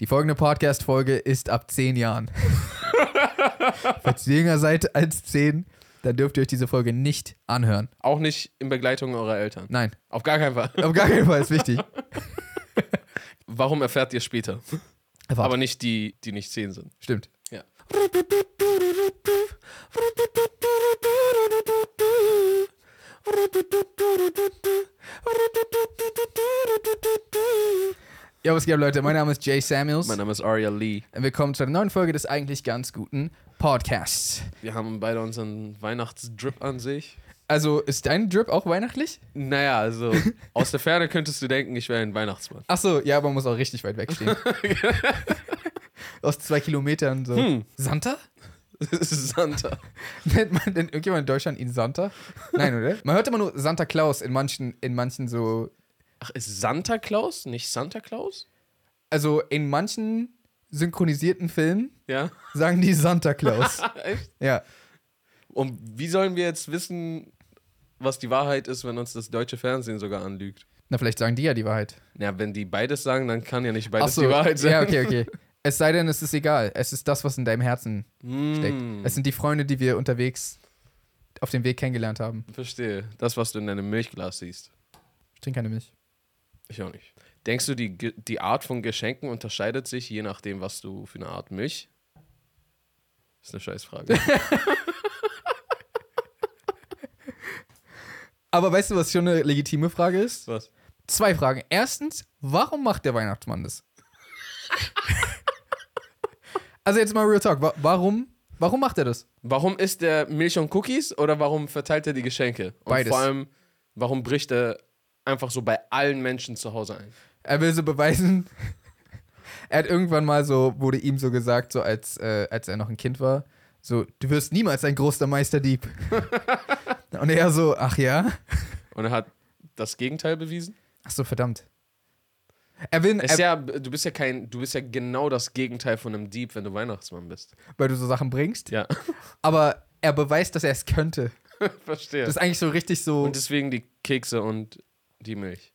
Die folgende Podcast-Folge ist ab 10 Jahren. Falls ihr jünger seid als 10, dann dürft ihr euch diese Folge nicht anhören. Auch nicht in Begleitung eurer Eltern. Nein, Auf gar keinen Fall. auf gar keinen Fall ist wichtig. Warum erfährt ihr später? Erwartet. Aber nicht die, die nicht 10 sind. Stimmt. Ja. Ja, was geht, ab, Leute? Mein Name ist Jay Samuels. Mein Name ist Aria Lee. Und Willkommen zu einer neuen Folge des eigentlich ganz guten Podcasts. Wir haben beide unseren Weihnachtsdrip an sich. Also, ist dein Drip auch weihnachtlich? Naja, also aus der Ferne könntest du denken, ich wäre ein Weihnachtsmann. Achso, ja, aber man muss auch richtig weit wegstehen. Aus zwei Kilometern so. Hm. Santa? Das ist Santa. Nennt man denn irgendjemand in Deutschland ihn Santa? Nein, oder? Man hört immer nur Santa Claus in manchen, in manchen so. Ach, ist Santa Claus? Nicht Santa Claus? Also in manchen synchronisierten Filmen Ja. sagen die Santa Claus. Echt? ja. Und wie sollen wir jetzt wissen, was die Wahrheit ist, wenn uns das deutsche Fernsehen sogar anlügt? Na, vielleicht sagen die ja die Wahrheit. Ja, wenn die beides sagen, dann kann ja nicht beides Achso, die Wahrheit sein. ja, okay, okay. Es sei denn, es ist egal. Es ist das, was in deinem Herzen steckt. Hm, Es sind die Freunde, die wir unterwegs auf dem Weg kennengelernt haben. verstehe. Das, was du in deinem Milchglas siehst. Ich trinke keine Milch. Ich auch nicht. Denkst du, die, Ge- die Art von Geschenken unterscheidet sich, je nachdem, was du für eine Art Milch? Ist eine Scheißfrage. Aber weißt du, was schon eine legitime Frage ist? was? Zwei Fragen. Erstens, warum macht der Weihnachtsmann das? also jetzt mal Real Talk. Wa warum, warum macht er das? Warum isst er Milch und Cookies oder warum verteilt er die Geschenke? Und Beides. vor allem, warum bricht er einfach so bei allen Menschen zu Hause ein? Er will so beweisen. er hat irgendwann mal so, wurde ihm so gesagt, so als, äh, als er noch ein Kind war, so, du wirst niemals ein großer Meisterdieb. Und er so, ach ja? Und er hat das Gegenteil bewiesen? Ach so, verdammt. Er will, Ist er, ja, du bist ja kein, du bist ja genau das Gegenteil von einem Dieb, wenn du Weihnachtsmann bist. weil du so Sachen bringst, Ja, aber er beweist, dass er es könnte. verstehe. Das ist eigentlich so richtig so. und deswegen die Kekse und die Milch.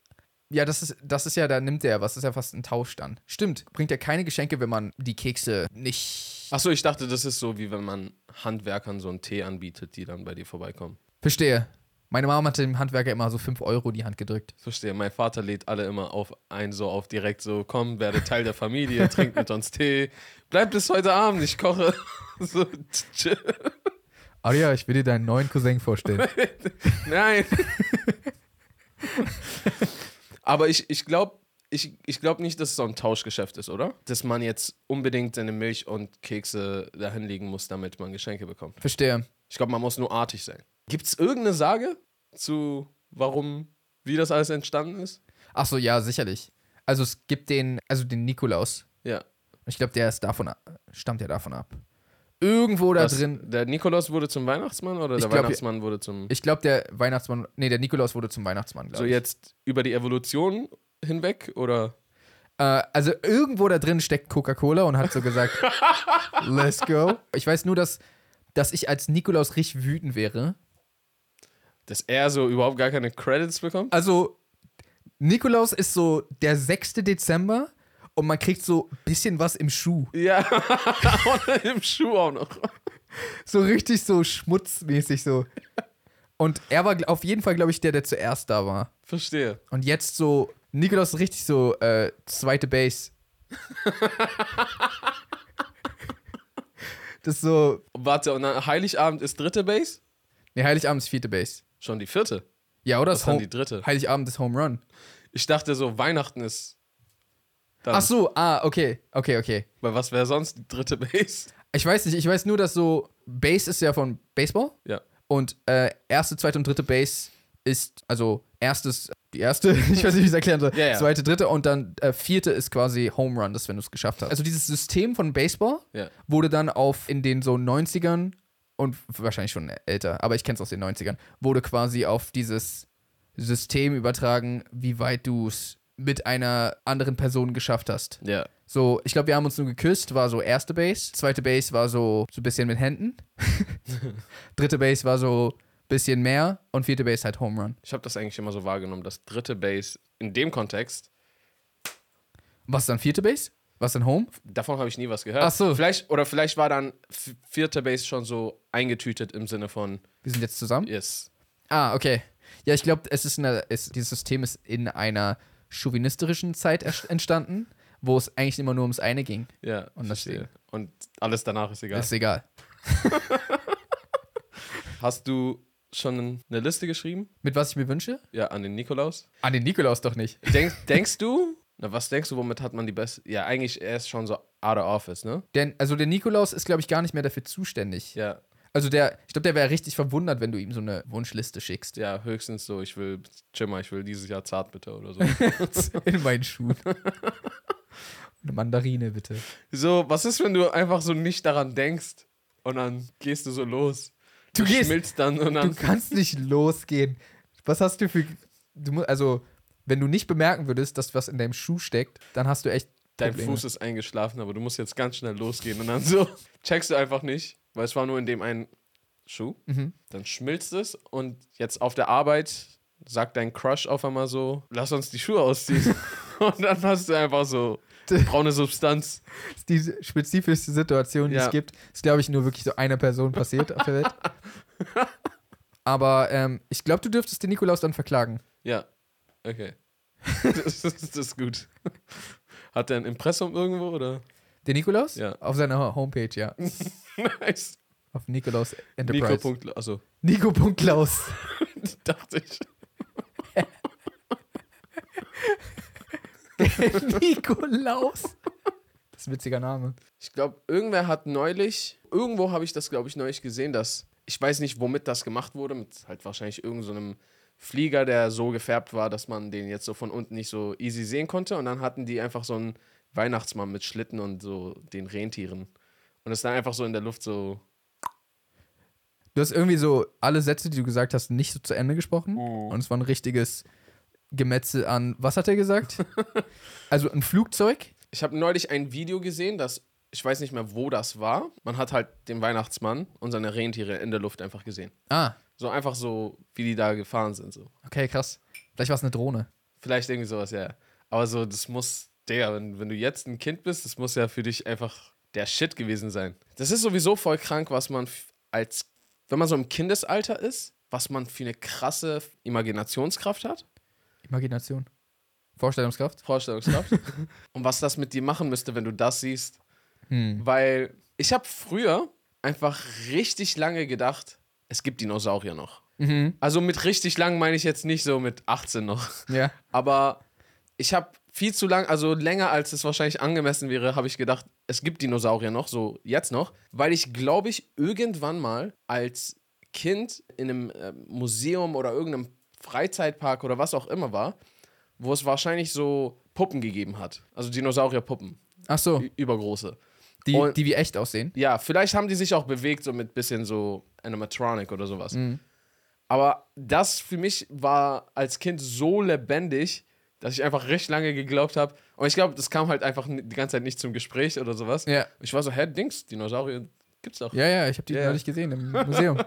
Ja, das ist, das ist ja, da nimmt er was, das ist ja fast ein Tausch dann. Stimmt, bringt er keine Geschenke, wenn man die Kekse nicht. Achso, ich dachte, das ist so, wie wenn man Handwerkern so einen Tee anbietet, die dann bei dir vorbeikommen. Verstehe. Meine Mama hat dem Handwerker immer so 5 Euro die Hand gedrückt. Verstehe, mein Vater lädt alle immer auf ein, so auf direkt so, komm, werde Teil der Familie, trink mit uns Tee, bleib bis heute Abend, ich koche. So, tsch- Aria, ich will dir deinen neuen Cousin vorstellen. Nein. Aber ich, ich glaube ich, ich glaub nicht, dass es so ein Tauschgeschäft ist, oder? Dass man jetzt unbedingt seine Milch und Kekse dahinlegen muss, damit man Geschenke bekommt. Verstehe. Ich glaube, man muss nur artig sein. Gibt es irgendeine Sage zu, warum, wie das alles entstanden ist? Ach so, ja, sicherlich. Also es gibt den, also den Nikolaus. Ja. Ich glaube, der ist davon, a- stammt ja davon ab. Irgendwo da Was, drin. Der Nikolaus wurde zum Weihnachtsmann oder Ich der glaub, Weihnachtsmann wurde zum. Ich glaube, der Weihnachtsmann, nee, der Nikolaus wurde zum Weihnachtsmann, glaube So jetzt über die Evolution hinweg oder? Äh, also irgendwo da drin steckt Coca-Cola und hat so gesagt, let's go. Ich weiß nur, dass, dass ich als Nikolaus richtig wütend wäre. Dass er so überhaupt gar keine Credits bekommt? Also Nikolaus ist so der 6. Dezember und man kriegt so ein bisschen was im Schuh. Ja, und im Schuh auch noch. So richtig so schmutzmäßig so. Und er war gl- auf jeden Fall, glaube ich, der, der zuerst da war. Verstehe. Und jetzt so, Nikolaus ist richtig so äh, zweite Base. das ist so, Warte, und dann Heiligabend ist dritte Base? nee, Heiligabend ist vierte Base. Schon die vierte. Ja, oder? Das Ist ist dann Home- die dritte. Heiligabend ist Home Run. Ich dachte so, Weihnachten ist. Dann, Ach so, ah, okay, okay, okay. Weil was wäre sonst die dritte Base? Ich weiß nicht, ich weiß nur, dass so Base ist ja von Baseball Ja. und äh, erste, zweite und dritte Base ist, also erstes, die erste, ich weiß nicht, wie ich es erklären soll, Ja, ja. zweite, dritte und dann äh, vierte ist quasi Home Run, das ist, wenn du es geschafft hast. Also dieses System von Baseball Ja. wurde dann auf in den so 90ern und wahrscheinlich schon älter, aber ich kenne es aus den 90ern, wurde quasi auf dieses System übertragen, wie weit du es mit einer anderen Person geschafft hast. Ja. So, ich glaube, wir haben uns nur geküsst, war so erste Base. Zweite Base war so, so ein bisschen mit Händen. Dritte Base war so ein bisschen mehr. Und vierte Base halt Home Run. Ich habe das eigentlich immer so wahrgenommen, dass dritte Base in dem Kontext Was ist dann vierte Base? Was denn Home? Davon habe ich nie was gehört. Ach so. Vielleicht, oder vielleicht war dann F- vierter Base schon so eingetütet im Sinne von, Wir sind jetzt zusammen? yes. Ah, okay. Ja, ich glaube, es ist eine, es, dieses System ist in einer chauvinistischen Zeit erst- entstanden, wo es eigentlich immer nur ums eine ging. Ja, Und das verstehe. Und alles danach ist egal. Ist egal. Hast du schon eine Liste geschrieben? Mit was ich mir wünsche? Ja, an den Nikolaus. An den Nikolaus doch nicht. Denk, denkst du, na was denkst du, womit hat man die beste? Ja, eigentlich er ist schon so out of office, ne? Denn, also der Nikolaus ist, glaube ich, gar nicht mehr dafür zuständig. Ja, Also der, ich glaube, der wäre richtig verwundert, wenn du ihm so eine Wunschliste schickst. ja, höchstens so, ich will, chill mal, ich will dieses Jahr zart bitte oder so. in meinen Schuhen. eine Mandarine, bitte. so, was ist, wenn du einfach so nicht daran denkst und dann gehst du so los? Du gehst- Schmilzt dann und Du dann. kannst nicht losgehen. Was hast du für. Du mu- also, wenn du nicht bemerken würdest, dass was in deinem Schuh steckt, dann hast du echt. Dein Probleme. Fuß ist eingeschlafen, aber du musst jetzt ganz schnell losgehen und dann so checkst du einfach nicht, weil es war nur in dem einen Schuh. Mhm. Dann schmilzt es und jetzt auf der Arbeit sagt dein Crush auf einmal so, lass uns die Schuhe ausziehen. und dann hast du einfach so braune Substanz. Das ist die spezifischste Situation, die Ja. es gibt. Ist, glaube ich, nur wirklich so einer Person passiert auf der Welt. Aber ähm, ich glaube, du dürftest den Nikolaus dann verklagen. Ja, okay. das, ist, das ist gut. Hat der ein Impressum irgendwo oder? Den Nikolaus? Ja. Auf seiner Homepage, ja. nice. Auf Nikolaus Enterprise. Nico. Also, Nico.Klaus. dachte ich. Nikolaus. Das ist ein witziger Name. Ich glaube, irgendwer hat neulich, irgendwo habe ich das, glaube ich, neulich gesehen, dass, ich weiß nicht, womit das gemacht wurde, mit halt wahrscheinlich irgendeinem so Flieger, der so gefärbt war, dass man den jetzt so von unten nicht so easy sehen konnte. Und dann hatten die einfach so einen Weihnachtsmann mit Schlitten und so den Rentieren. Und es dann einfach so in der Luft so. Du hast irgendwie so alle Sätze, die du gesagt hast, nicht so zu Ende gesprochen. Oh. Und es war ein richtiges Gemetzel an, was hat er gesagt? also ein Flugzeug. Ich habe neulich ein Video gesehen, das, ich weiß nicht mehr, wo das war. Man hat halt den Weihnachtsmann und seine Rentiere in der Luft einfach gesehen. Ah, So einfach so, wie die da gefahren sind. So. okay, krass. Vielleicht war es eine Drohne. Vielleicht irgendwie sowas, ja. Aber so, das muss, Digga, wenn, wenn du jetzt ein Kind bist, das muss ja für dich einfach der Shit gewesen sein. Das ist sowieso voll krank, was man f- als, wenn man so im Kindesalter ist, was man für eine krasse Imaginationskraft hat, Imagination. Vorstellungskraft. Vorstellungskraft. und was das mit dir machen müsste, wenn du das siehst. Hm. Weil ich habe früher einfach richtig lange gedacht, es gibt Dinosaurier noch. Mhm. Also mit richtig lang meine ich jetzt nicht so mit 18 noch. Ja. Aber ich habe viel zu lang, also länger als es wahrscheinlich angemessen wäre, habe ich gedacht, es gibt Dinosaurier noch, so jetzt noch, weil ich glaube ich irgendwann mal als Kind in einem äh, Museum oder irgendeinem Freizeitpark oder was auch immer war, wo es wahrscheinlich so Puppen gegeben hat, also Dinosaurierpuppen, Ach so, ü- übergroße. die, Und- die wie echt aussehen. Ja, vielleicht haben die sich auch bewegt, so mit bisschen so Animatronic oder sowas. Mhm. Aber das für mich war als Kind so lebendig, dass ich einfach recht lange geglaubt habe. Und ich glaube, das kam halt einfach n- die ganze Zeit nicht zum Gespräch oder sowas. Ja. Ich war so, hä, Dings, Dinosaurier gibt's doch. Ja, ja, ich habe die Ja, ja. neulich gesehen im Museum.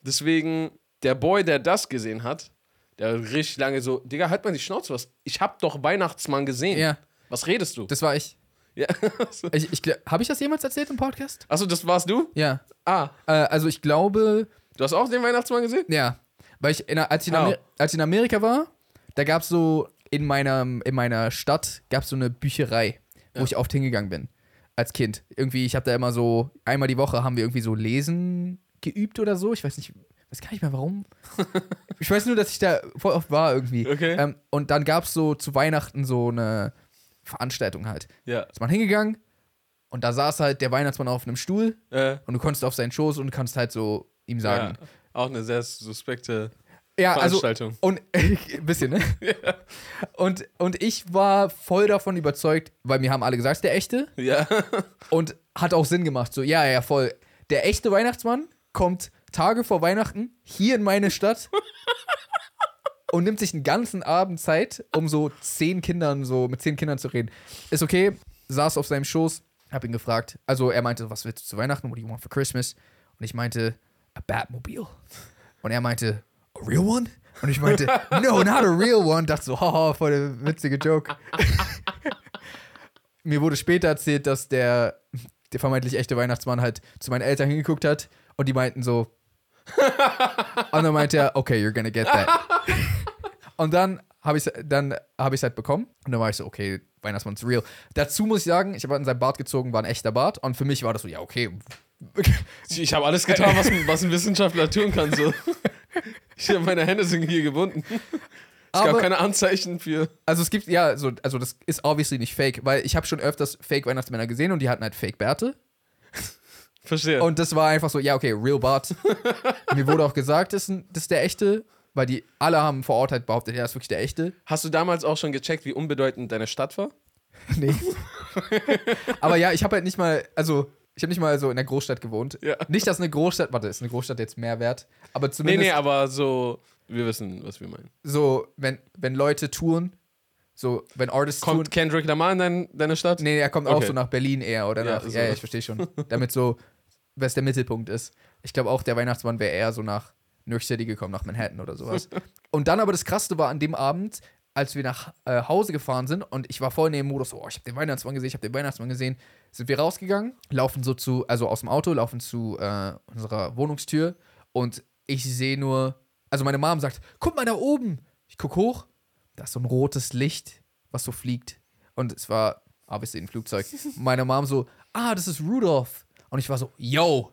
Deswegen, der Boy, der das gesehen hat, der richtig lange so, Digga, halt mal die Schnauze, was? Ich hab doch Weihnachtsmann gesehen. ja, Was redest du? das war ich. Ja. ich, ich habe ich das jemals erzählt im Podcast? Achso, das warst du? Ja. Ah, Äh, also ich glaube, du hast auch den Weihnachtsmann gesehen? Ja, weil ich in, als, ich in Wow. Amer- als ich in Amerika war, da gab es so in meiner, in meiner Stadt gab es so eine Bücherei, wo ich oft hingegangen bin als Kind. Irgendwie, ich habe da immer so einmal die Woche haben wir irgendwie so Lesen geübt oder so. Ich weiß nicht, weiß gar nicht mehr warum. ich weiß nur, dass ich da voll oft war irgendwie. Okay. Ähm, und dann gab es so zu Weihnachten so eine Veranstaltung halt. Ja. Ist man hingegangen und da saß halt der Weihnachtsmann auf einem Stuhl Äh, und du konntest auf seinen Schoß und kannst halt so ihm sagen. ja. Auch eine sehr suspekte Ja, also Veranstaltung. Und ein bisschen, ne? Und, und ich war voll davon überzeugt, weil mir haben alle gesagt, es ist der echte. ja. Und hat auch Sinn gemacht. So, ja, ja, voll. Der echte Weihnachtsmann kommt Tage vor Weihnachten hier in meine Stadt und nimmt sich einen ganzen Abend Zeit, um so zehn Kindern, so mit zehn Kindern zu reden. Ist okay, saß auf seinem Schoß, hab ihn gefragt. Also er meinte, was willst du zu Weihnachten? What do you want for Christmas? Und ich meinte, a Batmobile. Und er meinte, a real one? Und ich meinte, no, not a real one. Dachte so, haha, voll der witzige Joke. mir wurde später erzählt, dass der, der vermeintlich echte Weihnachtsmann halt zu meinen Eltern hingeguckt hat und die meinten so. und dann meinte er, okay, you're gonna get that. und dann habe ich dann habe ich halt bekommen und dann war ich so, okay, Weihnachtsmann's real. Dazu muss ich sagen, ich habe halt in seinen Bart gezogen, war ein echter Bart und für mich war das so, ja okay. Ich habe alles getan, was, ein- was ein Wissenschaftler tun kann. So. Ich habe meine Hände sind hier gebunden. Es gab Aber- keine Anzeichen für. Also es gibt ja so, also das ist obviously nicht fake, weil ich habe schon öfters Fake Weihnachtsmänner gesehen und die hatten halt Fake Bärte Verstehe. Und das war einfach so, ja, okay, real Bart. Mir wurde auch gesagt, das ist, ein- das ist der echte, weil die alle haben vor Ort halt behauptet, ja, das ist wirklich der echte. Hast du damals auch schon gecheckt, wie unbedeutend deine Stadt war? Nee. Aber ja, ich habe halt nicht mal, also, ich habe nicht mal so in der Großstadt gewohnt. Ja. Nicht, dass eine Großstadt, warte, ist eine Großstadt jetzt mehr wert, aber Nee, zumindest nee, aber so, wir wissen, was wir meinen. so, wenn, wenn Leute touren, so, wenn Artists touren. Kommt Kendrick Lamar in dein, deine Stadt? Nee, nee, er kommt auch Okay. so nach Berlin eher, oder? Ja, Nach, ja, so. ja, ich verstehe schon. Damit so, was der Mittelpunkt ist. Ich glaube auch, der Weihnachtsmann wäre eher so nach New York City gekommen, nach Manhattan oder sowas. und dann aber das Krasseste war an dem Abend, als wir nach äh, Hause gefahren sind und ich war voll in dem Modus, so, oh, ich habe den Weihnachtsmann gesehen, ich habe den Weihnachtsmann gesehen, sind wir rausgegangen, laufen so zu, also aus dem Auto, laufen zu äh, unserer Wohnungstür und ich sehe nur, also meine Mom sagt, guck mal da oben. Ich guck hoch, da ist so ein rotes Licht, was so fliegt. Und es war obviously ein Flugzeug. Meine Mom so, ah, das ist Rudolf. Und ich war so, yo.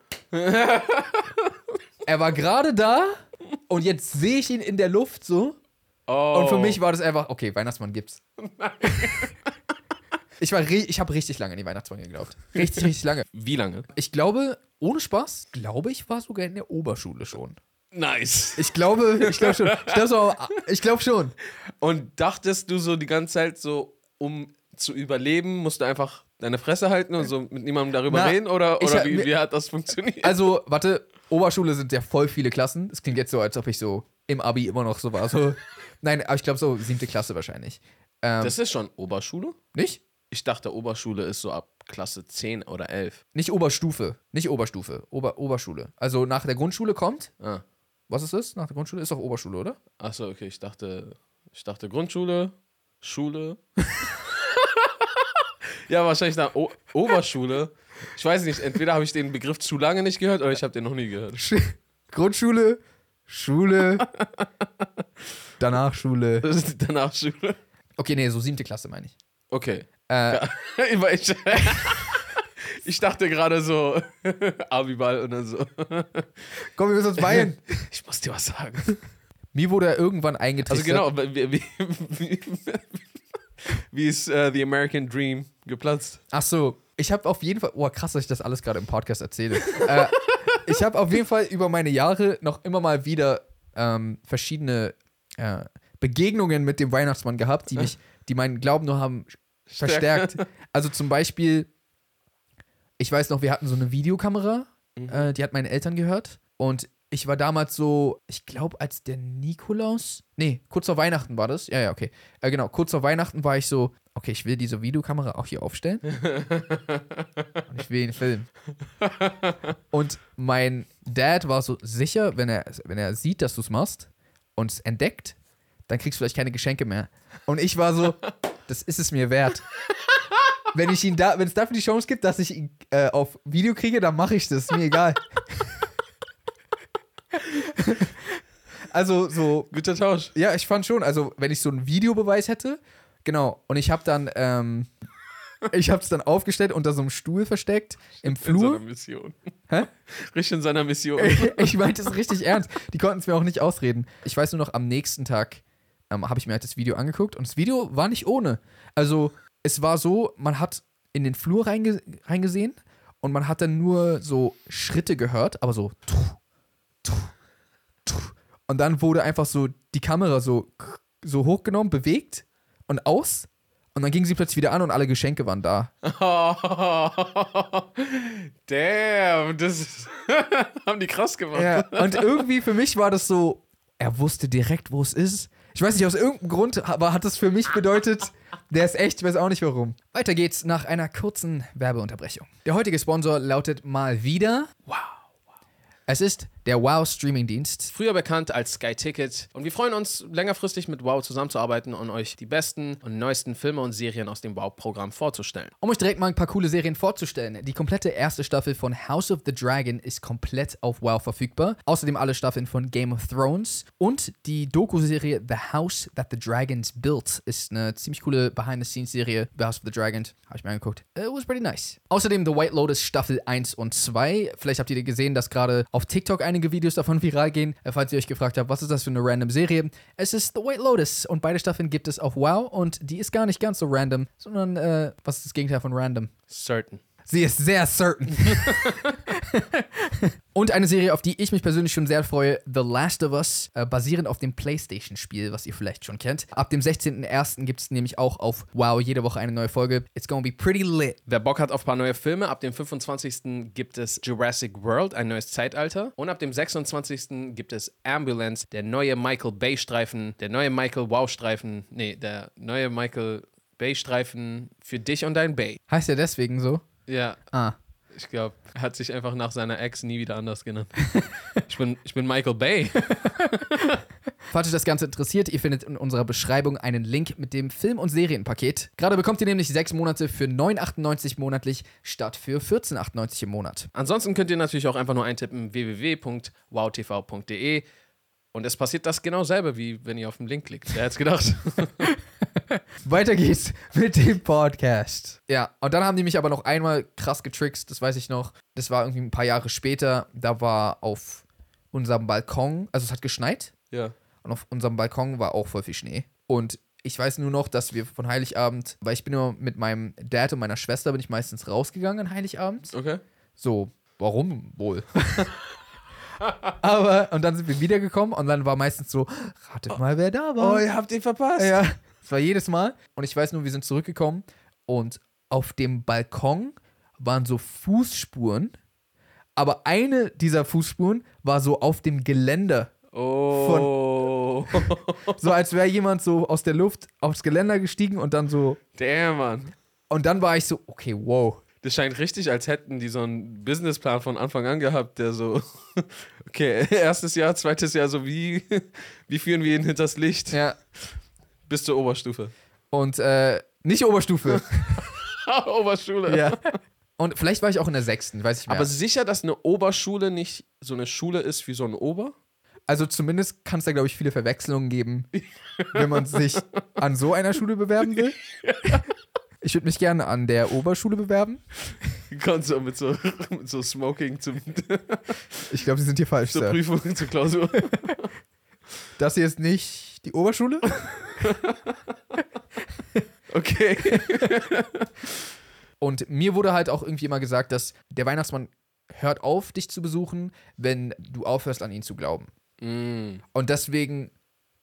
er war gerade da und jetzt sehe ich ihn in der Luft so. Oh. Und für mich war das einfach, okay, Weihnachtsmann gibt's. ich war, ri- ich habe richtig lange an die Weihnachtsmann geglaubt. Richtig, richtig lange. Wie lange? Ich glaube, ohne Spaß, glaube ich, war sogar in der Oberschule schon. Nice. Ich glaube, ich glaube schon. Ich glaube so, ich glaube schon. Und dachtest du so die ganze Zeit so, um zu überleben, musst du einfach deine Fresse halten und so mit niemandem darüber Na, reden? Oder, ich oder hab- wie, mir- wie hat das funktioniert? Also, warte, Oberschule sind ja voll viele Klassen. Es klingt jetzt so, als ob ich so im Abi immer noch so war. So. Nein, aber ich glaube so siebte Klasse wahrscheinlich. Ähm, das ist schon Oberschule? nicht? Ich dachte, Oberschule ist so ab Klasse 10 oder 11. Nicht Oberstufe. Nicht Oberstufe. Ober Oberschule. Also nach der Grundschule kommt. Ah. Was ist das? Nach der Grundschule ist doch Oberschule, oder? Achso, okay, ich dachte, ich dachte Grundschule, Schule. ja, wahrscheinlich dann o Oberschule. Ich weiß nicht, entweder habe ich den Begriff zu lange nicht gehört oder ich habe den noch nie gehört. Sch Grundschule, Schule, danach Schule. Das ist danach Schule. Okay, nee, so siebte Klasse meine ich. Okay. Äh, Weil ich, ich dachte gerade so Abiball und dann so. Komm, wir müssen uns weinen. Ich muss dir was sagen. Mir wurde er irgendwann Also eingetrichtert. genau, wie, wie, wie, wie ist äh, The American Dream geplatzt? Ach so, ich habe auf jeden Fall, oh krass, dass ich das alles gerade im Podcast erzähle. äh, ich habe auf jeden Fall über meine Jahre noch immer mal wieder ähm, verschiedene äh, Begegnungen mit dem Weihnachtsmann gehabt, die mich, die meinen Glauben nur haben verstärkt. Also zum Beispiel, ich weiß noch, wir hatten so eine Videokamera, äh, die hat meinen Eltern gehört und ich war damals so, ich glaube, als der Nikolaus, nee, kurz vor Weihnachten war das, ja, ja, okay, äh, genau, kurz vor Weihnachten war ich so, okay, ich will diese Videokamera auch hier aufstellen und ich will ihn filmen. Und mein Dad war so sicher, wenn er, wenn er sieht, dass du es machst und es entdeckt, dann kriegst du vielleicht keine Geschenke mehr. Und ich war so, das ist es mir wert. Wenn ich ihn da, wenn es dafür die Chance gibt, dass ich ihn äh, auf Video kriege, dann mache ich das. Mir egal. also so, Guter Tausch. ja, ich fand schon, also wenn ich so einen Videobeweis hätte, genau, und ich habe dann, ähm, ich habe es dann aufgestellt unter so einem Stuhl versteckt im In Flur. seiner Mission. Hä? Richtig in seiner Mission. ich meinte es richtig ernst. Die konnten es mir auch nicht ausreden. Ich weiß nur noch, am nächsten Tag ähm, habe ich mir halt das Video angeguckt und das Video war nicht ohne. Also, es war so, man hat in den Flur reinge reingesehen und man hat dann nur so Schritte gehört, aber so. Tuch, tuch, tuch. Und dann wurde einfach so die Kamera so, so hochgenommen, bewegt und aus. Und dann ging sie plötzlich wieder an und alle Geschenke waren da. damn, das ist- haben die krass gemacht. Ja, und irgendwie für mich war das so, er wusste direkt, wo es ist. Ich weiß nicht, aus irgendeinem Grund ha- war- hat das für mich bedeutet, der ist echt, ich weiß auch nicht warum. Weiter geht's nach einer kurzen Werbeunterbrechung. Der heutige Sponsor lautet mal wieder. Wow. Es ist Der Wow-Streaming-Dienst. früher bekannt als Sky Ticket. Und wir freuen uns, längerfristig mit Wow zusammenzuarbeiten und euch die besten und neuesten Filme und Serien aus dem Wow-Programm vorzustellen. Um euch direkt mal ein paar coole Serien vorzustellen. Die komplette erste Staffel von House of the Dragon ist komplett auf WoW verfügbar. Außerdem alle Staffeln von Game of Thrones und die Doku-Serie The House That the Dragons Built ist eine ziemlich coole Behind-the-Scenes-Serie über House of the Dragon. Habe ich mir angeguckt. It was pretty nice. Außerdem The White Lotus Staffel 1 und 2. Vielleicht habt ihr gesehen, dass gerade auf TikTok einige Videos davon viral gehen. Äh, Falls ihr euch gefragt habt, was ist das für eine random Serie? Es ist The White Lotus und beide Staffeln gibt es auf WoW und die ist gar nicht ganz so random, sondern äh, was ist das Gegenteil von random? Certain. Sie ist sehr certain. Und eine Serie, auf die ich mich persönlich schon sehr freue, The Last of Us, äh, basierend auf dem PlayStation-Spiel, was ihr vielleicht schon kennt. Ab dem 16.01. gibt es nämlich auch auf Wow jede Woche eine neue Folge. It's gonna be pretty lit. Wer Bock hat auf ein paar neue Filme, ab dem 25. gibt es Jurassic World, ein neues Zeitalter. Und ab dem 26. gibt es Ambulance, der neue Michael Bay-Streifen, der neue Michael Wow-Streifen, nee, der neue Michael Bay-Streifen für dich und dein Bay. Heißt ja deswegen so. Ja, Ah. ich glaube, er hat sich einfach nach seiner Ex nie wieder anders genannt. ich, bin, ich bin Michael Bay. Falls euch das Ganze interessiert, ihr findet in unserer Beschreibung einen Link mit dem Film- und Serienpaket. Gerade bekommt ihr nämlich sechs Monate für 9,98 monatlich statt für 14,98 im Monat. Ansonsten könnt ihr natürlich auch einfach nur eintippen www.wowtv.de und es passiert das genau selber, wie wenn ihr auf den Link klickt. Wer hätte gedacht? Weiter geht's mit dem Podcast. Ja, und dann haben die mich aber noch einmal krass getrickst, das weiß ich noch. Das war irgendwie ein paar Jahre später. Da war auf unserem Balkon, also es hat geschneit ja. und auf unserem Balkon war auch voll viel Schnee. Und ich weiß nur noch, dass wir von Heiligabend, weil ich bin immer mit meinem Dad und meiner Schwester, bin ich meistens rausgegangen an Heiligabend. Okay. So, warum wohl? Aber, und dann sind wir wiedergekommen und dann war meistens so, ratet mal, wer da war. Oh, ihr habt ihn verpasst. ja. Es war jedes Mal. Und ich weiß nur, wir sind zurückgekommen und auf dem Balkon waren so Fußspuren. Aber eine dieser Fußspuren war so auf dem Geländer. Oh. So als wäre jemand so aus der Luft aufs Geländer gestiegen und dann so. Damn, Mann. Und dann war ich so, okay, wow. Das scheint richtig, als hätten die so einen Businessplan von Anfang an gehabt, der so, okay, erstes Jahr, zweites Jahr, so wie, wie führen wir ihn hinters Licht Ja. bis zur Oberstufe. Und äh, nicht Oberstufe. Oberschule. ja. Und vielleicht war ich auch in der sechsten, weiß ich nicht mehr. Aber sicher, dass eine Oberschule nicht so eine Schule ist wie so ein Ober? Also zumindest kann es da, glaube ich, viele Verwechslungen geben, wenn man sich an so einer Schule bewerben will. Ich würde mich gerne an der Oberschule bewerben. Kommt so mit so, mit so Smoking zum, Ich glaube, Sie sind hier falsch, zur Sir. Prüfung, zur Klausur. Das hier ist nicht die Oberschule. Okay. Und mir wurde halt auch irgendwie immer gesagt, dass der Weihnachtsmann hört auf, dich zu besuchen, wenn du aufhörst, an ihn zu glauben. Mm, Und deswegen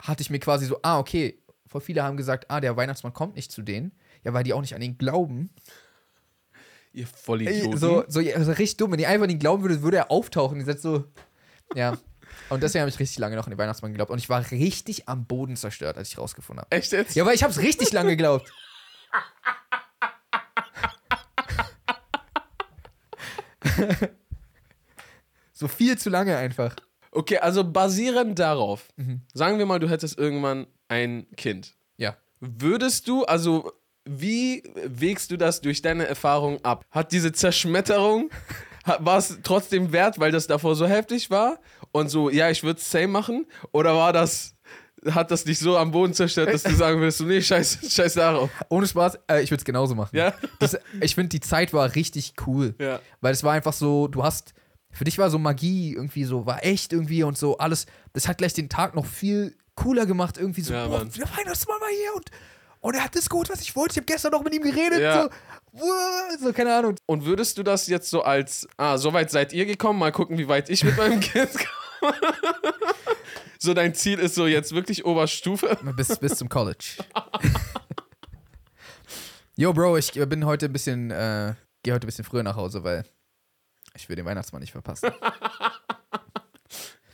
hatte ich mir quasi so, ah, okay, voll viele haben gesagt, ah, der Weihnachtsmann kommt nicht zu denen. Ja, weil die auch nicht an ihn glauben. Ihr Ey, Vollidioten. so, so, ja, so richtig dumm. Wenn ihr einfach an ihn glauben würdet, würde er auftauchen. Ihr seid so. Ja. Und deswegen habe ich richtig lange noch an den Weihnachtsmann geglaubt. Und ich war richtig am Boden zerstört, als ich rausgefunden habe. Echt jetzt? Ja, aber ich habe es richtig lange geglaubt. so viel zu lange einfach. Okay, also basierend darauf, sagen wir mal, du hättest irgendwann ein Kind. Ja. Würdest du, also wie wägst du das durch deine Erfahrung ab? Hat diese Zerschmetterung, ha- war es trotzdem wert, weil das davor so heftig war? Und so, ja, ich würde es same machen? Oder war das, hat das dich so am Boden zerstört, dass du sagen würdest, nee, scheiß, scheiß darauf. Ohne Spaß, äh, ich würde es genauso machen. Ja? Das, ich finde, die Zeit war richtig cool. Ja. Weil es war einfach so, du hast, für dich war so Magie irgendwie so, war echt irgendwie und so alles. Das hat gleich den Tag noch viel cooler gemacht, irgendwie so, Ja, boah, Mann. der Weihnachtsmann war hier und, und er hat das geholt, was ich wollte. Ich habe gestern noch mit ihm geredet. Ja. So, wuh, so, keine Ahnung. Und würdest du das jetzt so als, ah, so weit seid ihr gekommen, mal gucken, wie weit ich mit meinem Kind komme? so, dein Ziel ist so jetzt wirklich Oberstufe? Bis, bis zum College. Yo, Bro, ich bin heute ein bisschen, äh, gehe heute ein bisschen früher nach Hause, weil ich will den Weihnachtsmann nicht verpassen.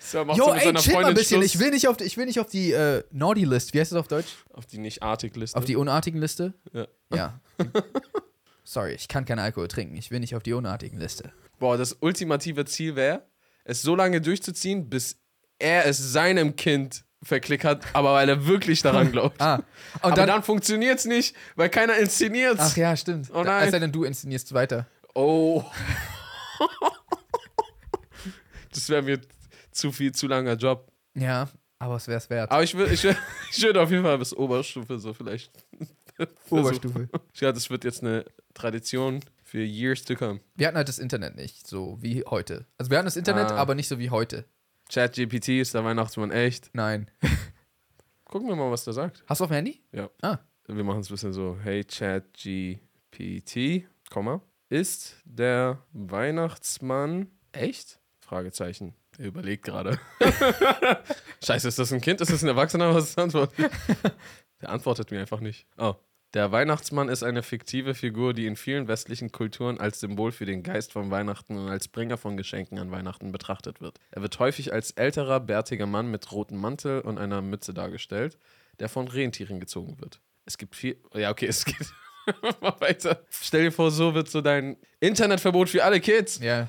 So, machst Yo, du mit ey, seiner chill mal ein Freundin bisschen. Schluss? Ich will nicht auf, die- ich will nicht auf die äh, Naughty List. Wie heißt das auf Deutsch? Auf die Nicht-Artig-Liste. Auf die unartigen Liste? Ja. Ja. Sorry, ich kann keinen Alkohol trinken. Ich will nicht auf die unartigen Liste. Boah, das ultimative Ziel wäre, es so lange durchzuziehen, bis er es seinem Kind verklickert, aber weil er wirklich daran glaubt. Ah. Und aber dann, dann, dann funktioniert es nicht, weil keiner inszeniert Ach ja, stimmt. Oh Da- nein. Es sei denn, du inszenierst weiter. Oh. das wäre mir zu viel, zu langer Job. Ja, aber es wäre es wert. Aber ich würde ich würd, ich würd auf jeden Fall bis Oberstufe so vielleicht. Also, Oberstufe. Ich glaube, das wird jetzt eine Tradition für years to come. Wir hatten halt das Internet nicht, so wie heute. Also wir hatten das Internet, Ah. aber nicht so wie heute. ChatGPT ist der Weihnachtsmann echt. Nein. Gucken wir mal, was der sagt. Hast du auf dem Handy? Wir machen es ein bisschen so. Hey ChatGPT, Komma. Ist der Weihnachtsmann echt? Fragezeichen. Er überlegt gerade. Scheiße, ist das ein Kind? Ist das ein Erwachsener? Was ist die Antwort? Der antwortet mir einfach nicht. Oh. Der Weihnachtsmann ist eine fiktive Figur, die in vielen westlichen Kulturen als Symbol für den Geist von Weihnachten und als Bringer von Geschenken an Weihnachten betrachtet wird. Er wird häufig als älterer, bärtiger Mann mit rotem Mantel und einer Mütze dargestellt, der von Rentieren gezogen wird. Es gibt viel. Ja, okay, es geht. Mal weiter. Stell dir vor, so wird so dein Internetverbot für alle Kids. Ja.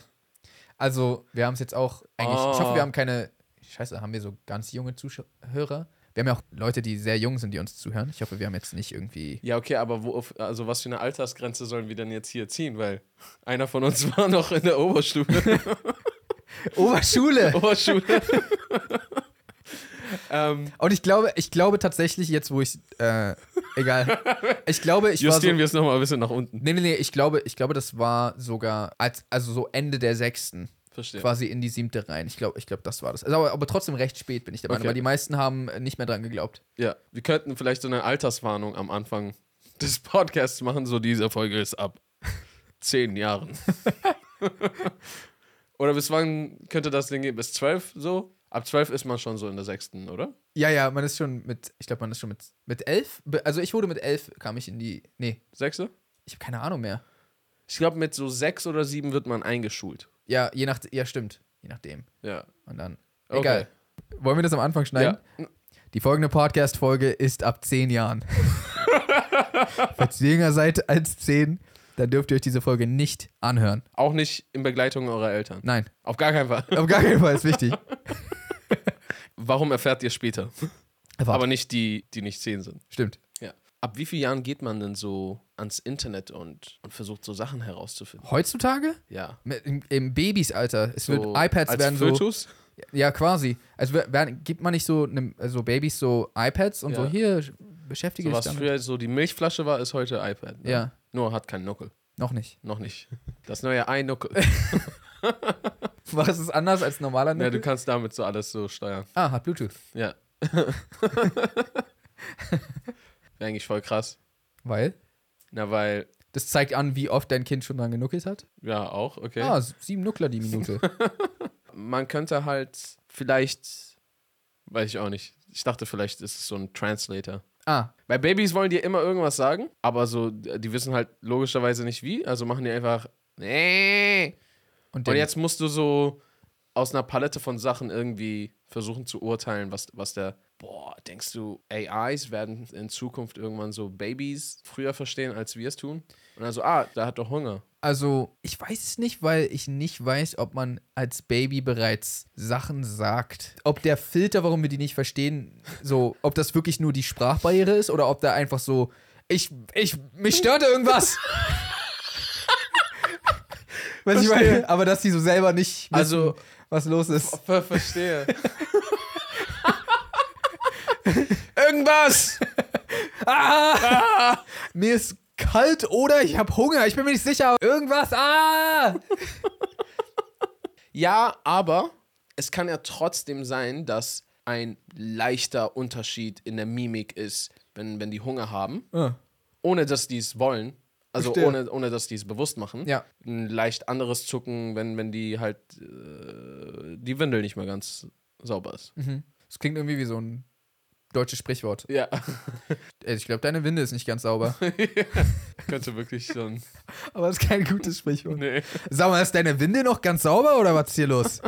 Also, wir haben es jetzt auch eigentlich. Ich Oh. hoffe, wir haben keine. Scheiße, haben wir so ganz junge Zuhörer? Wir haben ja auch Leute, die sehr jung sind, die uns zuhören. Ich hoffe, wir haben jetzt nicht irgendwie. Ja, okay, aber wo, auf- also was für eine Altersgrenze sollen wir denn jetzt hier ziehen? Weil einer von uns war noch in der Oberstufe. Oberschule! Oberschule. ähm, Und ich glaube, ich glaube tatsächlich, jetzt wo ich. Äh, egal. Ich glaube, ich war. So, justieren wir es nochmal ein bisschen nach unten. nee, nee, nee, ich glaube, ich glaube, das war sogar als, also so Ende der sechsten. Verstehe. quasi in die siebte rein. Ich glaube, ich glaub, das war das. Also, aber, aber trotzdem recht spät bin ich der Meinung, Okay. weil die meisten haben äh, nicht mehr dran geglaubt. Ja, wir könnten vielleicht so eine Alterswarnung am Anfang des Podcasts machen, so diese Folge ist ab zehn Jahren. oder bis wann könnte das Ding gehen? Bis zwölf so? Ab zwölf ist man schon so in der sechsten, oder? Ja, ja, man ist schon mit, ich glaube, man ist schon mit, mit elf. be- Also ich wurde mit elf, kam ich in die, nee, Sechste? ich habe keine Ahnung mehr. Ich glaube, mit so sechs oder sieben wird man eingeschult. Ja, je nach, ja stimmt, je nachdem. Ja. Und dann, Okay. egal. Wollen wir das am Anfang schneiden? Die folgende Podcast-Folge ist ab zehn Jahren. Falls ihr jünger seid als zehn, dann dürft ihr euch diese Folge nicht anhören. Auch nicht in Begleitung eurer Eltern. Nein, Auf gar keinen Fall. auf gar keinen Fall ist wichtig. Warum erfährt ihr später? Aber, Aber nicht die, die nicht zehn sind. stimmt. Ja. Ab wie vielen Jahren geht man denn so ans Internet und, und versucht so Sachen herauszufinden? Heutzutage? Ja. Mit, im, Im Babysalter. Es wird, So iPads als werden so. Fötus? Ja, quasi. Also wer- werden, gibt man nicht so, nem- also Babys so iPads und so, Ja. hier, sch- beschäftige So dich was damit. früher so die Milchflasche war, ist heute iPad. ne? Ja, Nur hat keinen Nuckel. noch nicht. Noch nicht. Das neue iNuckel. Was ist anders als normaler ja, Nuckel? Ne, du kannst damit so alles so steuern. ah, hat Bluetooth. Ja. Wäre eigentlich voll krass. Weil? Na, weil, Das zeigt an, wie oft dein Kind schon dran genuckelt hat. ja, auch, okay. Ah, s- sieben Nuckler die Minute. Man könnte halt vielleicht, weiß ich auch nicht. Ich dachte, vielleicht ist es so ein Translator. ah, Weil Babys wollen dir immer irgendwas sagen, aber so, die wissen halt logischerweise nicht wie, also machen die einfach. Nee. und, Und den- jetzt musst du so aus einer Palette von Sachen irgendwie versuchen zu urteilen, was, was der. Boah, denkst du, AIs werden in Zukunft irgendwann so Babys früher verstehen, als wir es tun? Und also, ah, da hat doch Hunger. Also, ich weiß es nicht, weil ich nicht weiß, ob man als Baby bereits Sachen sagt. Ob der Filter, warum wir die nicht verstehen, so, ob das wirklich nur die Sprachbarriere ist oder ob da einfach so, ich, ich, mich stört irgendwas. Was ich meine, aber dass die so selber nicht wissen, Also- was los ist. verstehe. irgendwas! Mir ist kalt oder ich habe Hunger, ich bin mir nicht sicher. Irgendwas, ah! Ja, aber es kann ja trotzdem sein, dass ein leichter Unterschied in der Mimik ist, wenn, wenn die Hunger haben, Ah. ohne dass die es wollen. Also Verstehe. ohne, ohne dass die es bewusst machen. Ja. Ein leicht anderes Zucken, wenn, wenn die halt äh, die Windel nicht mehr ganz sauber ist. Das klingt irgendwie wie so ein deutsches Sprichwort. Ja, Ey, Ich glaube, deine Winde ist nicht ganz sauber. könnte wirklich so ein. Aber das ist kein gutes Sprichwort. Nee. Sag mal, ist deine Winde noch ganz sauber oder was ist hier los?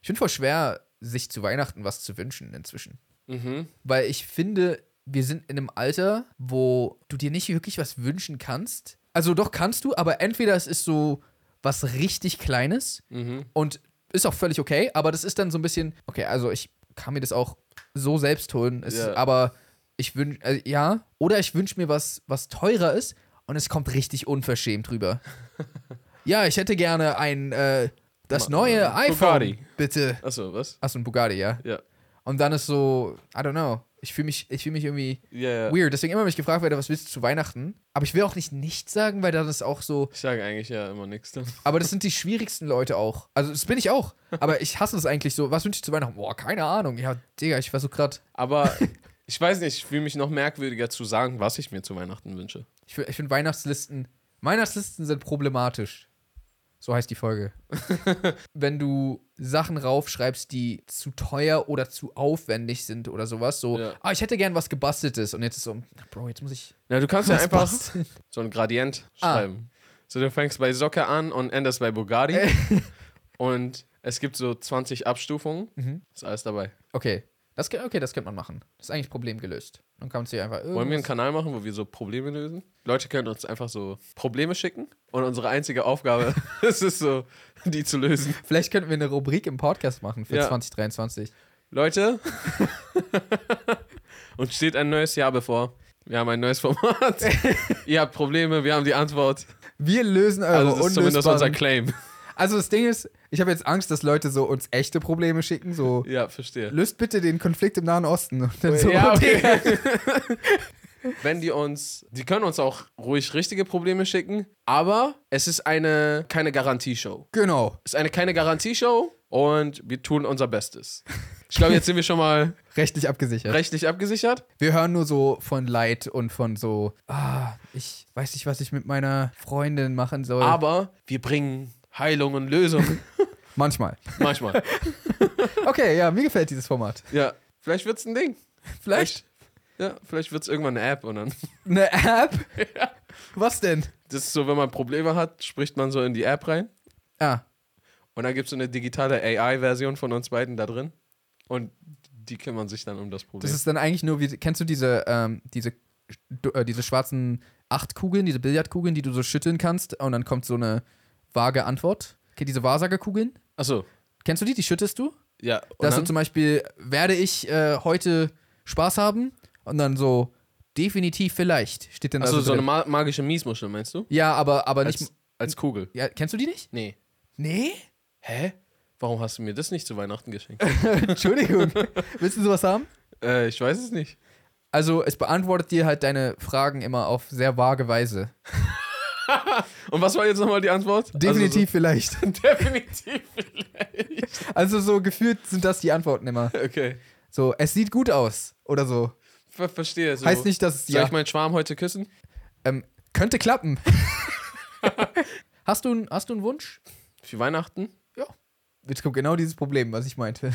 ich finde voll schwer, sich zu Weihnachten was zu wünschen inzwischen. Mhm. Weil ich finde, wir sind in einem Alter, wo du dir nicht wirklich was wünschen kannst. Also doch kannst du, aber entweder es ist so was richtig Kleines Mhm. und Ist auch völlig okay, aber das ist dann so ein bisschen, okay, also ich kann mir das auch so selbst holen, es, Ja. aber ich wünsche, äh, ja, oder ich wünsche mir was, was teurer ist und es kommt richtig unverschämt rüber. ja, ich hätte gerne ein, äh, das Ma- äh, neue iPhone, Bugatti. bitte. Achso, was? Achso, ein Bugatti, ja. Ja. Und dann ist so, I don't know, ich fühle mich, ich fühle mich irgendwie Ja, ja. weird. Deswegen immer, wenn ich gefragt werde, was willst du zu Weihnachten? Aber ich will auch nicht nichts sagen, weil dann ist auch so, Ich sage eigentlich ja immer nichts. dann. aber das sind die schwierigsten Leute auch. Also, das bin ich auch. Aber ich hasse es eigentlich so. Was wünsche ich zu Weihnachten? Boah, keine Ahnung. Ja, Digga, ich versuche gerade. Aber ich weiß nicht, ich fühle mich noch merkwürdiger zu sagen, was ich mir zu Weihnachten wünsche. Ich, fi- ich finde Weihnachtslisten. Weihnachtslisten sind problematisch. So heißt die Folge. Wenn du Sachen raufschreibst, die zu teuer oder zu aufwendig sind oder sowas, so, Ja. ah, ich hätte gern was gebasteltes. Und jetzt ist so, Bro, jetzt muss ich. Na, du kannst ja was einfach basteln. so ein Gradient Ah. schreiben. So, du fängst bei Soccer an und endest bei Bugatti. und es gibt so 20 Abstufungen. Mhm. Ist alles dabei. Okay. Das, ge- okay, das könnte man machen. Das ist eigentlich Problem gelöst. Dann kann man sich einfach. Wollen wir einen Kanal machen, wo wir so Probleme lösen? Leute können uns einfach so Probleme schicken und unsere einzige Aufgabe ist es so, die zu lösen. Vielleicht könnten wir eine Rubrik im Podcast machen für Ja. 2023. Leute, uns steht ein neues Jahr bevor. Wir haben ein neues Format. Ihr habt Probleme, wir haben die Antwort. Wir lösen eure Also das ist zumindest unser unlösbaren. Claim. Also das Ding ist, ich habe jetzt Angst, dass Leute so uns echte Probleme schicken, so Ja, verstehe. löst bitte den Konflikt im Nahen Osten. Und dann so, Ja, okay. Digga. Wenn die uns, die können uns auch ruhig richtige Probleme schicken, aber es ist eine keine Garantieshow. Genau. Es ist eine keine Garantieshow und wir tun unser Bestes. Ich glaube, jetzt sind wir schon mal Rechtlich abgesichert. rechtlich abgesichert. wir hören nur so von Leid und von so, ah, ich weiß nicht, was ich mit meiner Freundin machen soll. Aber wir bringen Heilung und Lösung. Manchmal. Manchmal. Okay, ja, mir gefällt dieses Format. Ja. Vielleicht wird's ein Ding. Vielleicht Ja, vielleicht wird's irgendwann eine App und dann. eine App? Was denn? Das ist so, wenn man Probleme hat, spricht man so in die App rein. Ah, Und dann gibt es so eine digitale AI-Version von uns beiden da drin. Und die kümmern sich dann um das Problem. Das ist dann eigentlich nur, wie, kennst du diese, ähm, diese, du- äh, diese schwarzen Achtkugeln, diese Billardkugeln, die du so schütteln kannst und dann kommt so eine vage Antwort? Okay, diese Wahrsagerkugeln? Achso, Kennst du die? Die schüttest du? ja. Und Da ist so dann, zum Beispiel, werde ich äh, heute Spaß haben? Und dann so, definitiv vielleicht, steht dann da achso, so drin. eine ma magische Miesmuschel, meinst du? Ja, aber, aber also nicht. Als, als Kugel. Ja, kennst du die nicht? Nee. Nee? Hä? Warum hast du mir das nicht zu Weihnachten geschenkt? Entschuldigung. Willst du sowas haben? äh, ich weiß es nicht. Also, es beantwortet dir halt deine Fragen immer auf sehr vage Weise. Und was war jetzt nochmal die Antwort? Definitiv vielleicht. Also so, definitiv vielleicht. Also so gefühlt sind das die Antworten immer. Okay. So, es sieht gut aus oder so. Ver verstehe. So. Heißt nicht, dass es Soll ja, ich meinen Schwarm heute küssen? ähm, könnte klappen. hast, du, n- hast du einen Wunsch? Für Weihnachten? Jetzt kommt genau dieses Problem, was ich meinte.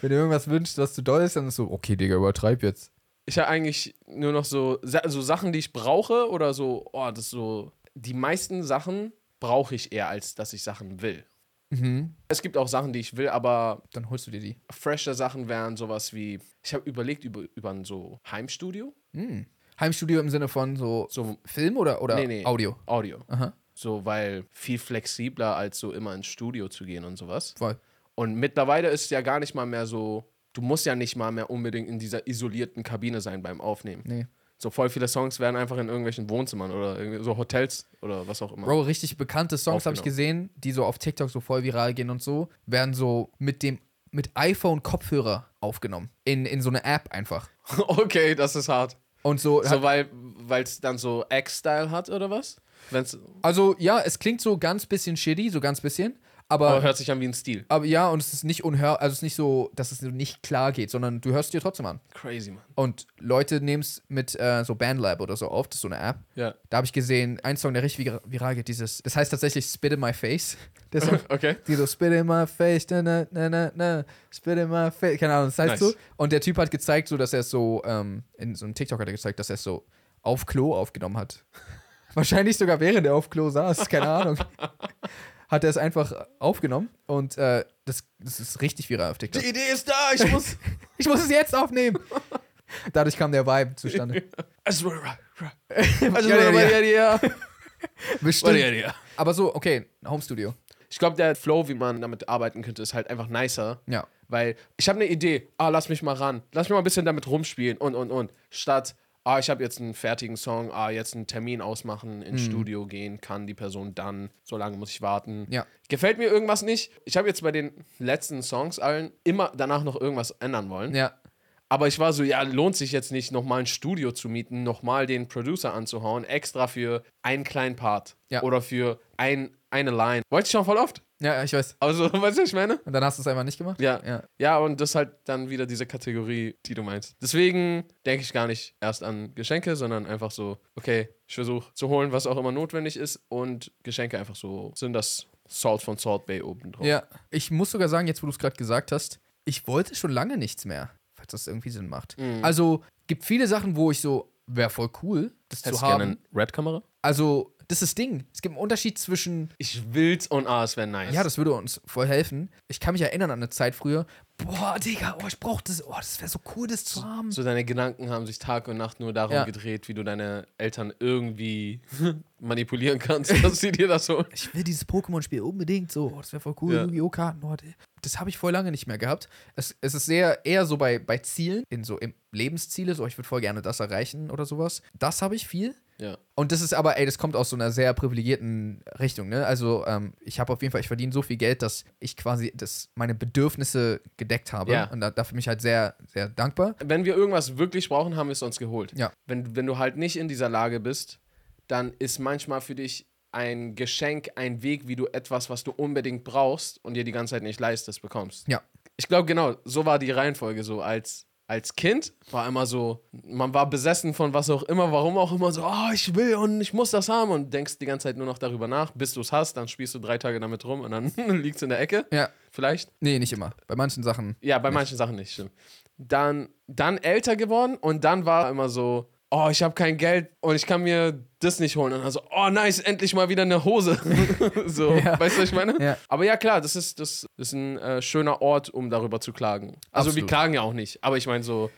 Wenn du irgendwas wünschst, was zu doll ist, dann ist so, okay, Digga, übertreib jetzt. ich habe eigentlich nur noch so, Sa- so Sachen, die ich brauche oder so, oh, das ist so, die meisten Sachen brauche ich eher, als dass ich Sachen will. Mhm. Es gibt auch Sachen, die ich will, aber Dann holst du dir die. fresher Sachen wären sowas wie, ich habe überlegt über, über ein so Heimstudio, Mhm. Heimstudio im Sinne von so, so Film oder, oder Nee, nee. Audio? Audio. Aha, So, weil viel flexibler als so immer ins Studio zu gehen und sowas. voll. Und mittlerweile ist ja gar nicht mal mehr so, du musst ja nicht mal mehr unbedingt in dieser isolierten Kabine sein beim Aufnehmen. Nee. So voll viele Songs werden einfach in irgendwelchen Wohnzimmern oder irgendwie so Hotels oder was auch immer. Bro, richtig bekannte Songs habe ich Aufgenommen. gesehen, die so auf TikTok so voll viral gehen und so, werden so mit dem mit iPhone-Kopfhörer aufgenommen. In, in so eine App einfach. Okay, das ist hart. Und so, So, weil es dann so Egg-Style hat oder was? Wenn's, also ja, es klingt so ganz bisschen shitty, so ganz bisschen, aber aber, oh, hört sich an wie ein Stil. aber ja, und es ist nicht unhör, also es ist nicht so, dass es so nicht klar geht, sondern du hörst dir trotzdem an. Crazy, man. Und Leute nehmen es mit äh, so Bandlab oder so auf, das ist so eine App. Ja. Da habe ich gesehen, ein Song, der richtig vir- viral geht, dieses, das heißt tatsächlich Spit in My Face. Der Song, Okay. Die so, spit in my face, na, na, na, na, na, spit in my face. Keine Ahnung, das heißt Nice. so. Und der Typ hat gezeigt, so, dass er es so, ähm, in so einem TikTok hat er gezeigt, dass er es so auf Klo aufgenommen hat. Wahrscheinlich sogar während er auf Klo saß, keine Ahnung. hat er es einfach aufgenommen und äh, das, das ist richtig viral auf TikTok. Die Idee ist da, ich muss. Ich muss es jetzt aufnehmen. Dadurch kam der Vibe zustande. Also, Ja, ja, ja. ja, ja, ja. Bestimmt. ja. Aber so, okay, Homestudio. Ich Ich glaube, der Flow, wie man damit arbeiten könnte, ist halt einfach nicer. Ja. Weil ich habe eine Idee, ah, lass mich mal ran, lass mich mal ein bisschen damit rumspielen und und und. Statt, ah, ich habe jetzt einen fertigen Song, ah, jetzt einen Termin ausmachen, ins Hm. Studio gehen, kann die Person dann, so lange muss ich warten. Ja. Gefällt mir irgendwas nicht? Ich habe jetzt bei den letzten Songs allen immer danach noch irgendwas ändern wollen. Ja. Aber ich war so, ja, lohnt sich jetzt nicht, nochmal ein Studio zu mieten, nochmal den Producer anzuhauen, extra für einen kleinen Part Ja. oder für ein, eine Line. Wollte ich schon voll oft. Ja, ich weiß. Also, weißt du, was ich meine? Und dann hast du es einfach nicht gemacht? Ja. Ja. Ja, und das ist halt dann wieder diese Kategorie, die du meinst. Deswegen denke ich gar nicht erst an Geschenke, sondern einfach so, okay, ich versuche zu holen, was auch immer notwendig ist und Geschenke einfach so sind das Salt von Salt Bay oben drauf. Ja, ich muss sogar sagen, jetzt wo du es gerade gesagt hast, ich wollte schon lange nichts mehr, falls das irgendwie Sinn macht. Mhm. Also, gibt viele Sachen, wo ich so, wäre voll cool, das zu Hättest du haben. gerne eine Red-Kamera? Also, das ist das Ding. Es gibt einen Unterschied zwischen, Ich will's und ah, es wäre nice. ja, das würde uns voll helfen. Ich kann mich erinnern an eine Zeit früher, boah, Digga, oh, ich brauch das, oh, das wäre so cool, das zu haben. So deine Gedanken haben sich Tag und Nacht nur darum Ja. gedreht, wie du deine Eltern irgendwie manipulieren kannst, dass sie dir das holen. Ich will dieses Pokémon-Spiel unbedingt so. Oh, das wäre voll cool. Ja. Yu-Gi-Oh! Karten. Oh, d- das habe ich voll lange nicht mehr gehabt. Es, es ist sehr eher so bei, bei Zielen, in so im Lebensziele, so ich würde voll gerne das erreichen oder sowas. Das habe ich viel. Ja. Und das ist aber, ey, das kommt aus so einer sehr privilegierten Richtung, ne? Also, ähm, ich habe auf jeden Fall, ich verdiene so viel Geld, dass ich quasi das, meine Bedürfnisse gedeckt habe. Ja. Und da, dafür bin ich halt sehr, sehr dankbar. Wenn wir irgendwas wirklich brauchen, haben wir es uns geholt. Ja. Wenn, wenn du halt nicht in dieser Lage bist, dann ist manchmal für dich ein Geschenk ein Weg, wie du etwas, was du unbedingt brauchst und dir die ganze Zeit nicht leistest, bekommst. Ja. Ich glaube, genau, so war die Reihenfolge so. Als, als Kind war immer so, man war besessen von was auch immer, warum auch immer so, oh, ich will und ich muss das haben und denkst die ganze Zeit nur noch darüber nach, bis du es hast, dann spielst du drei Tage damit rum und dann liegt es in der Ecke. Ja. Vielleicht. Nee, nicht immer. Bei manchen Sachen. Ja, bei manchen Sachen nicht, stimmt. Dann, dann älter geworden und dann war immer so, oh, ich habe kein Geld und ich kann mir das nicht holen. Und dann so, oh, nice, endlich mal wieder eine Hose. so, Ja. weißt du, was ich meine? Ja. Aber ja, klar, das ist, das ist ein äh, schöner Ort, um darüber zu klagen. Also wir Absolut. klagen ja auch nicht, aber ich meine so,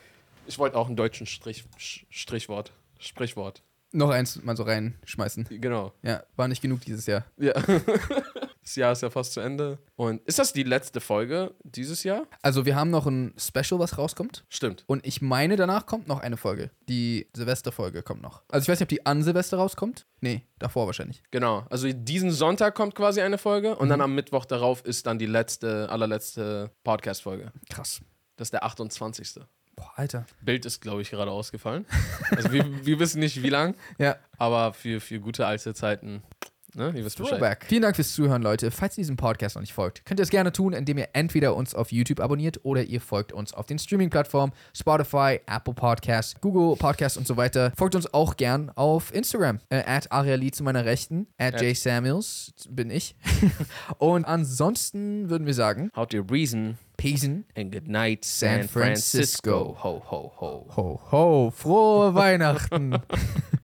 ich wollte auch einen deutschen Strich, Sch- Strichwort, Sprichwort. Noch eins mal so reinschmeißen. Genau, Ja, war nicht genug dieses Jahr. ja. das Jahr ist ja fast zu Ende. Und ist das die letzte Folge dieses Jahr? Also, wir haben noch ein Special, was rauskommt. Stimmt. Und ich meine, danach kommt noch eine Folge. Die Silvesterfolge kommt noch. Also ich weiß nicht, ob die an Silvester rauskommt. Nee, davor wahrscheinlich. Genau, also diesen Sonntag kommt quasi eine Folge und dann am Mittwoch darauf ist dann die letzte, allerletzte Podcast-Folge. Krass. Das ist der 28. Boah, Alter. Bild ist, glaube ich, gerade ausgefallen. Also wir, wir wissen nicht, wie lang, Ja, aber für, für gute alte Zeiten, ne, ihr wisst Bescheid. Throwback. Vielen Dank fürs Zuhören, Leute. Falls ihr diesem Podcast noch nicht folgt, könnt ihr es gerne tun, indem ihr entweder uns auf YouTube abonniert oder ihr folgt uns auf den Streaming-Plattformen Spotify, Apple Podcasts, Google Podcasts und so weiter. Folgt uns auch gern auf Instagram. Äh, at Ariali zu meiner Rechten, at At- J. Samuels bin ich. und ansonsten würden wir sagen, How to reason Peace. and good night San San Francisco. Francisco. Ho, ho, ho. Ho, ho, frohe Weihnachten.